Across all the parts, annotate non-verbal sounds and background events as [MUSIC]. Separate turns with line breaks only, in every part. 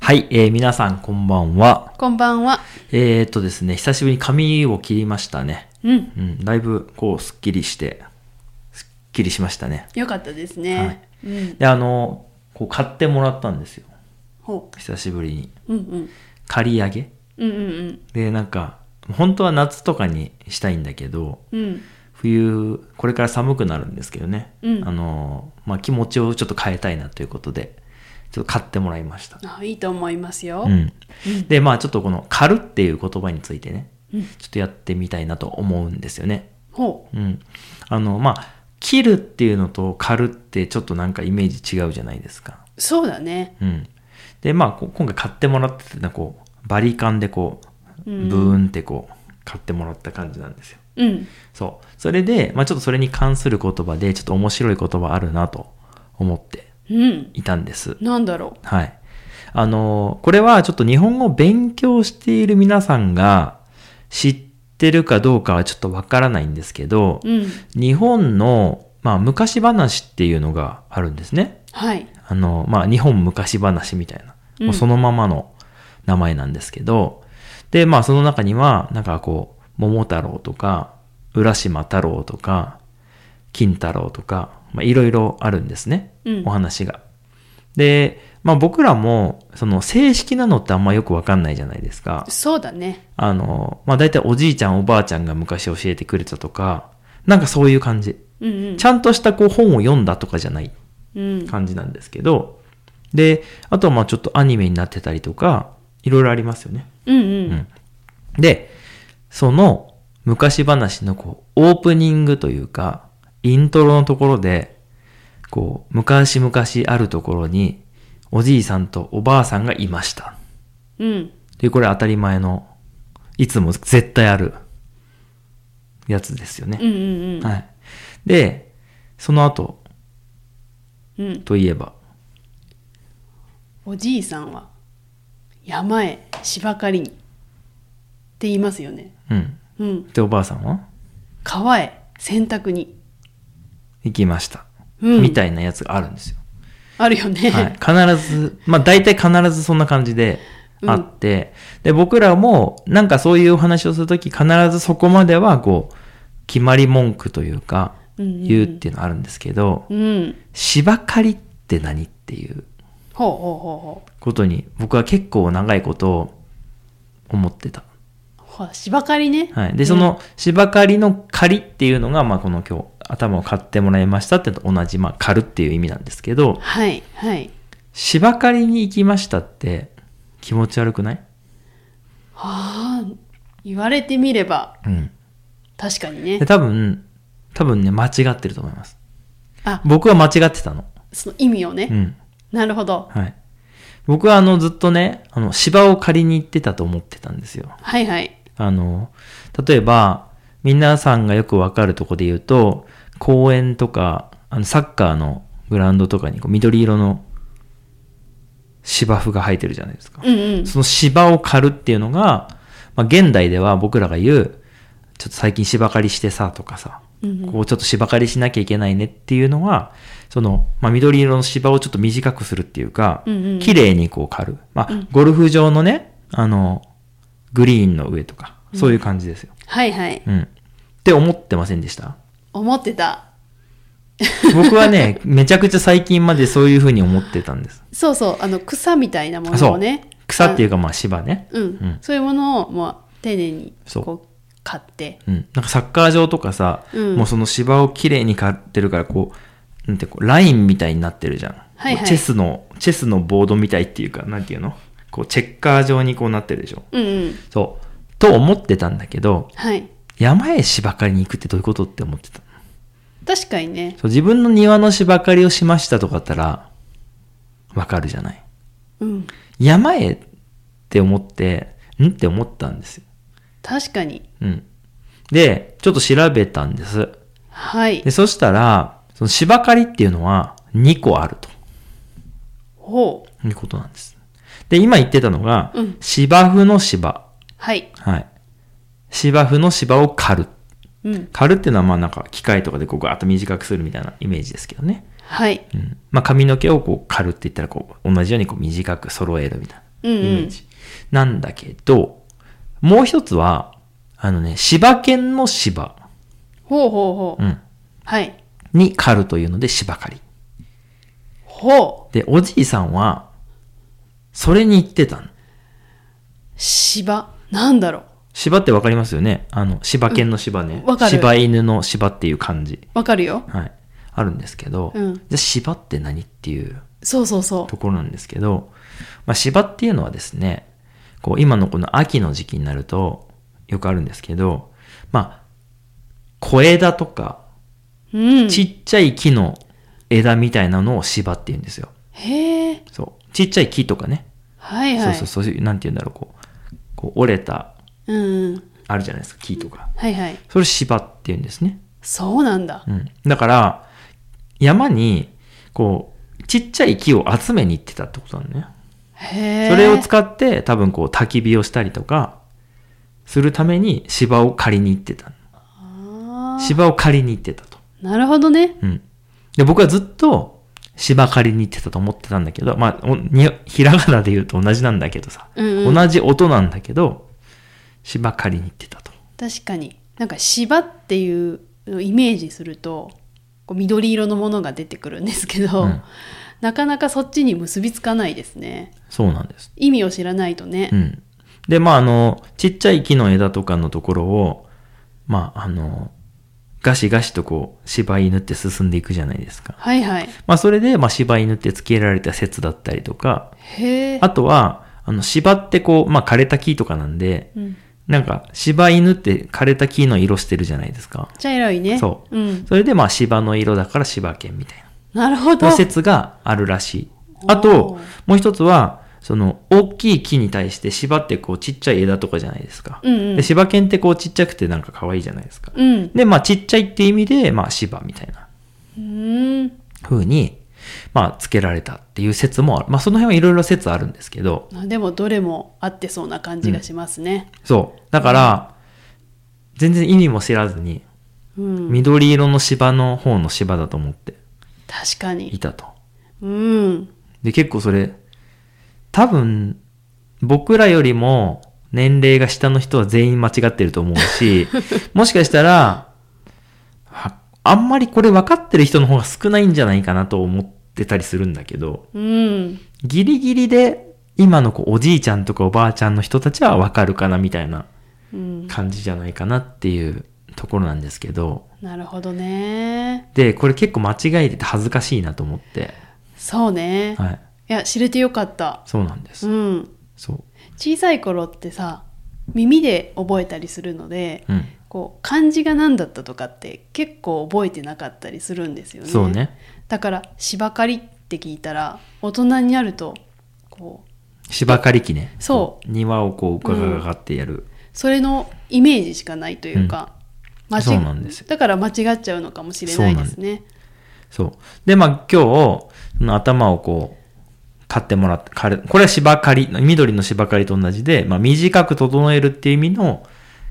はい、えー皆さんこんばんは。
こんばんは。
えー、っとですね、久しぶりに髪を切りましたね。
うん。
うん、だいぶこう、すっきりして、すっきりしましたね。
よかったですね。
はい
うん。
で、あの、こう、買ってもらったんですよ。
ほ
久しぶりに。
う。うんうん。
借り上げ
うんうん
で、なんか、本当は夏とかにしたいんだけど、
うん。うん。
冬、これから寒くなるんですけどね。
うん
あの、まあ、気持ちをちょっと変えたいなということで、ちょっと買ってもらいました。
あいいと思いますよ。
うん。で、まあちょっとこの「狩る」っていう言葉についてね、
うん
ちょっとやってみたいなと思うんですよね。
ほ
うん。あの、まあ、切るっていうのと狩るってちょっとなんかイメージ違うじゃないですか。
う。そうだね。
うん。で、まあこ今回買ってもらってたのはこう、バリカンでこう、ブ
うん
ーンってこう、買ってもらった感じなんですよ。
うん。
そう。それで、まあちょっとそれに関する言葉で、ちょっと面白い言葉あるなと思って
うん。
いたんです。
なんだろ
はい。あの、これはちょっと日本語を勉強している皆さんが知ってるかどうかはちょっとわからないんですけど
う。、うん。
日本の、まあ、昔話っていうのがあるんですね。
はい。
あの、まあ、日本昔話みたいな、
うん
もうそのままの名前なんですけど、で、まあ、その中には、なんかこう、桃太郎とか、浦島太郎とか、金太郎とか、まあ、いろいろあるんですね。
うん
お話が。で、まあ、僕らも、その、正式なのってあんまよくわかんないじゃないですか。
そうだね。
あの、まあ、大体おじいちゃんおばあちゃんが昔教えてくれたとか、なんかそういう感じ。
うんうん
ち。ゃんとしたこう本を読んだとかじゃない。
うん。
感じなんですけど、で、あとはまあちょっとアニメになってたりとか、いろいろありますよね。
うん
う
うんん。
で、その昔話のこう、オープニングというか、イントロのところで、こう、昔々あるところに、おじいさんとおばあさんがいました。
うん。
で、これ当たり前の、いつも絶対ある、やつですよ
うんう
ね。
んうん。
はい。で、その後
うん。
といえば、
おじいさんは、山へ芝刈りに。って言いますよね。
うん。
うん。
で、おばあさんは
川へ洗濯に。
行きました。
うん
みたいなやつがあるんですよ。
あるよね。
はい。 [LAUGHS] 必ず、まあ大体必ずそんな感じであって、で、僕らもなんかそういうお話をするとき必ずそこまではこう、決まり文句というか、
うんうんうん
言うっていうのあるんですけど、
うん。
芝刈りって何っていう
ほうほうほうほう。
ことに僕は結構長いことを思ってた。
ほら芝刈りね。
はい。で、その芝刈りの刈りっていうのが、まあこの今日頭を刈ってもらいましたってのと同じ、まあ刈るっていう意味なんですけど、
はい、はい。
芝刈りに行きましたって気持ち悪くない
ああ、言われてみれば、
うん。
確かに
で、
ね。
多分、多分ね、間違ってると思います。
あ、
僕は間違ってたの。
その意味をね。
うん。
なるほど。
はい。僕はあの、ずっとね、あの、芝を借りに行ってたと思ってたんですよ。
はいはい。
あの、例えば、皆さんがよくわかるとこで言うと、公園とか、あの、サッカーのグラウンドとかにこう緑色の芝生が生えてるじゃないですか。
うんうん。
その芝を刈るっていうのが、まあ、現代では僕らが言う、ちょっと最近芝刈りしてさとかさ、
うんうん
こうちょっと芝刈りしなきゃいけないねっていうのは、その、まあ、緑色の芝をちょっと短くするっていうか、
うんうん
綺麗にこう刈る。まあ、ゴルフ場のね、あの、グリーンの上とか、そういう感じですよ。
はいはい。
うん。って思ってませんでした
思ってた。
僕は
[LAUGHS]
ね、めちゃくちゃ最近までそういうふうに思ってたんです。
そうそう、あの、草み [LAUGHS] たいなも
あ
の
そ
を
う
ね。。
草っていうかまあ芝ね。
うん。
うん
そういうものを、もう、丁寧に、
そう
こう、買って。
うん、なんかサッカー場とかさ、
うん
もうその芝をきれいに刈ってるからこうなんてこうラインみたいになってるじゃん、
はいはい
こうチェスのチェスのボードみたいっていうかなんていうのこうチェッカー状にこうなってるでしょ
うんうん。
そうと思ってたんだけど
はい。
山へ芝刈りに行くってどういうことって思ってた
確かにね。
そう自分の庭の芝刈りをしましたとかだったらわかるじゃない
うん。
山へって思ってんって思ったんですよ、
確かに。
うん、でちょっと調べたんです
はい
で、。そしたら、その芝刈りっていうのは2個あると
ほう。
いうことなんです。で、今言ってたのが、
うん
芝生の芝。
はい。
はい。芝生の芝を刈る。
うん。
刈るっていうのはまあなんか機械とかでこうガーッと短くするみたいなイメージですけどね。
はい。
うん。まあ髪の毛をこう刈るって言ったらこう同じようにこう短く揃えるみたいな。
うん
イ
う
メ
ん
ージ。なんだけど、もう一つは、あのね、柴犬の柴、
ほうほうほう。
うん、
はい。
に狩るというので柴狩り。
ほう。
で、おじいさんは、それに行ってたの。
芝。なんだろう。
柴ってわかりますよねあの、柴犬の柴ね
うん。わかる
柴犬の柴っていう感じ。
わかるよ。
はい。あるんですけど、
うん
じゃあ柴って何っていう
そうそうそ
ところなんですけど、まあ、芝っていうのはですね、こう今のこの秋の時期になるとよくあるんですけど、まあ、小枝とか
う。うん。
ちっちゃい木の枝みたいなのを芝って言うんですよ。
へえ。
そう。ちっちゃい木とかね。
はいはい。
そうそうそういう、なんて言うんだろう、こう、こう折れた、
うんうん。
あるじゃないですか、木とか。
はいはい。
それ芝って言うんですね。
そうなんだ。
うん。だから、山に、こう、ちっちゃい木を集めに行ってたってことなのね。
へえ。
それを使って多分こう焚き火をしたりとかするために芝を借りに行ってた。
あー
芝を借りに行ってたと。
なるほどね。
うん。で、僕はずっと芝借りに行ってたと思ってたんだけど、まあ、おにひらがなで言うと同じなんだけどさ、
うんうん
同じ音なんだけど、芝借りに行ってたと。
確かに。なんか芝っていうのをイメージすると、こう緑色のものが出てくるんですけど、
うん
なかなかそっちに結びつかないですね。
そうなんです。
意味を知らないとね
う。ん。で、まあ、あの、ちっちゃい木の枝とかのところを、まあ、あの、ガシガシとこう、芝犬って進んでいくじゃないですか。
はいはい。
まあ、それで、まあ、柴犬って付けられた説だったりとか、
へえ。
あとは、あの、柴ってこう、まあ、枯れた木とかなんで、
うん。
なんか、柴犬って枯れた木の色してるじゃないですか。
茶色いね。。
そう
うん。
それで、まあ、柴の色だから柴犬みたいな。
なるほど。
の説があるらしい。あと
おー、
もう一つは、その、大きい木に対して柴ってこう、ちっちゃい枝とかじゃないですか。
うんうん
で、柴犬ってこう、ちっちゃくてなんか可愛いじゃないですか。
うん。う
で、まあ、ちっちゃいって意味で、まあ、柴みたいな。
ーん。
風に、まあ、つけられたっていう説もある。まあ、その辺はいろいろ説あるんですけど、
まあでもどれも合ってそうな感じがしますね。
そう。だから、全然意味も知らずに、
うん。
緑色の芝の方の芝だと思って
確か
い
に。
たと。
うん。
で、結構それ、多分、僕らよりも年齢が下の人は全員間違ってると思う [LAUGHS] し、もしかしたら、ああんまりこれ分かってる人の方が少ないんじゃないかなと思ってたりするんだけど、
うん。
ギリギリで今のこうおじいちゃんとかおばあちゃんの人たちはわかるかなみたいな
うん。
感じじゃないかなっていうところなんですけど、
なるほどね。
で、これ結構間違えてて恥ずかしいなと思って、
そうね。
はい、
いや、知れてよかった。
そうなんです。
うん。
そう。
小さい頃ってさ、耳で覚えたりするので、
うん。
こう、漢字が何だったとかって結構覚えてなかったりするんですよね。
そう。ね。
だから、芝刈りって聞いたら、大人になると、こう、
芝刈り機ね。。
そう
庭をこう、ガガガガってやる。
それのイメージしかないというか、間違
そうなんですよ
だから間違っちゃうのかもしれないですね。
そう。で、まあ今日、その頭をこう、買ってもらって、刈るこれは芝刈り、緑の芝刈りと同じで、まあ短く整えるっていう意味の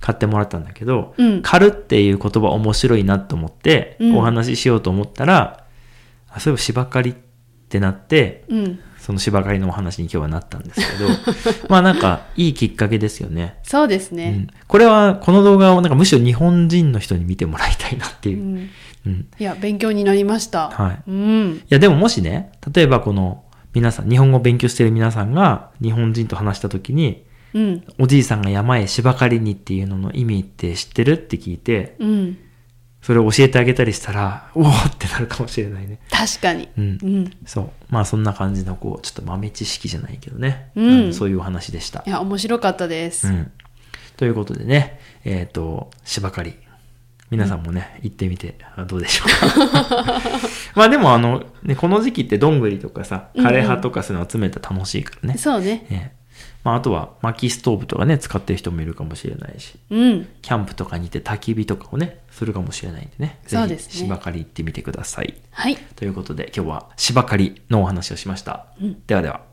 買ってもらったんだけど、
うん
狩るっていう言葉面白いなと思って、
うん
お話ししようと思ったら、あそういえば芝刈りってなって、
うん。
その芝刈りのお話に今日はなったんですけど、 [LAUGHS] まあなんかいいきっかけですよね。
そうです
う
ね
ん。、これは、この動画をなんかむしろ日本人の人に見てもらいたいなっていうう。
ん
うん、
いや、勉強になりました。
はい
うん。
いや、でももしね、例えばこの、皆さん、日本語を勉強している皆さんが、日本人と話したときに、
うん。
おじいさんが山へ芝刈りにっていうのの意味って知ってるって聞いて、
うん。
それを教えてあげたりしたら、おおってなるかもしれないね。
確かに。
うん
うん。い
そう。まあそんな感じの、こう、ちょっと豆知識じゃないけどね。
うん
そういうお話でした。
や、面白かったで
う
す。
ん。ということでね、えっ、と、芝刈り。皆さんもね、行ってみてあどうでしょうか。 [LAUGHS] まあでもあの、ね、この時期ってどんぐりとかさ、枯れ葉とかそういうの集めて楽しいからね。
そうね。
ええまああとは薪ストーブとかね、使ってる人もいるかもしれないし、
うん。
キャンプとかに行って焚き火とかをね、するかもしれないんでね。ぜひ
そうですね
芝刈り行ってみてください。
はい。
ということで今日は芝刈りのお話をしました。ではでは。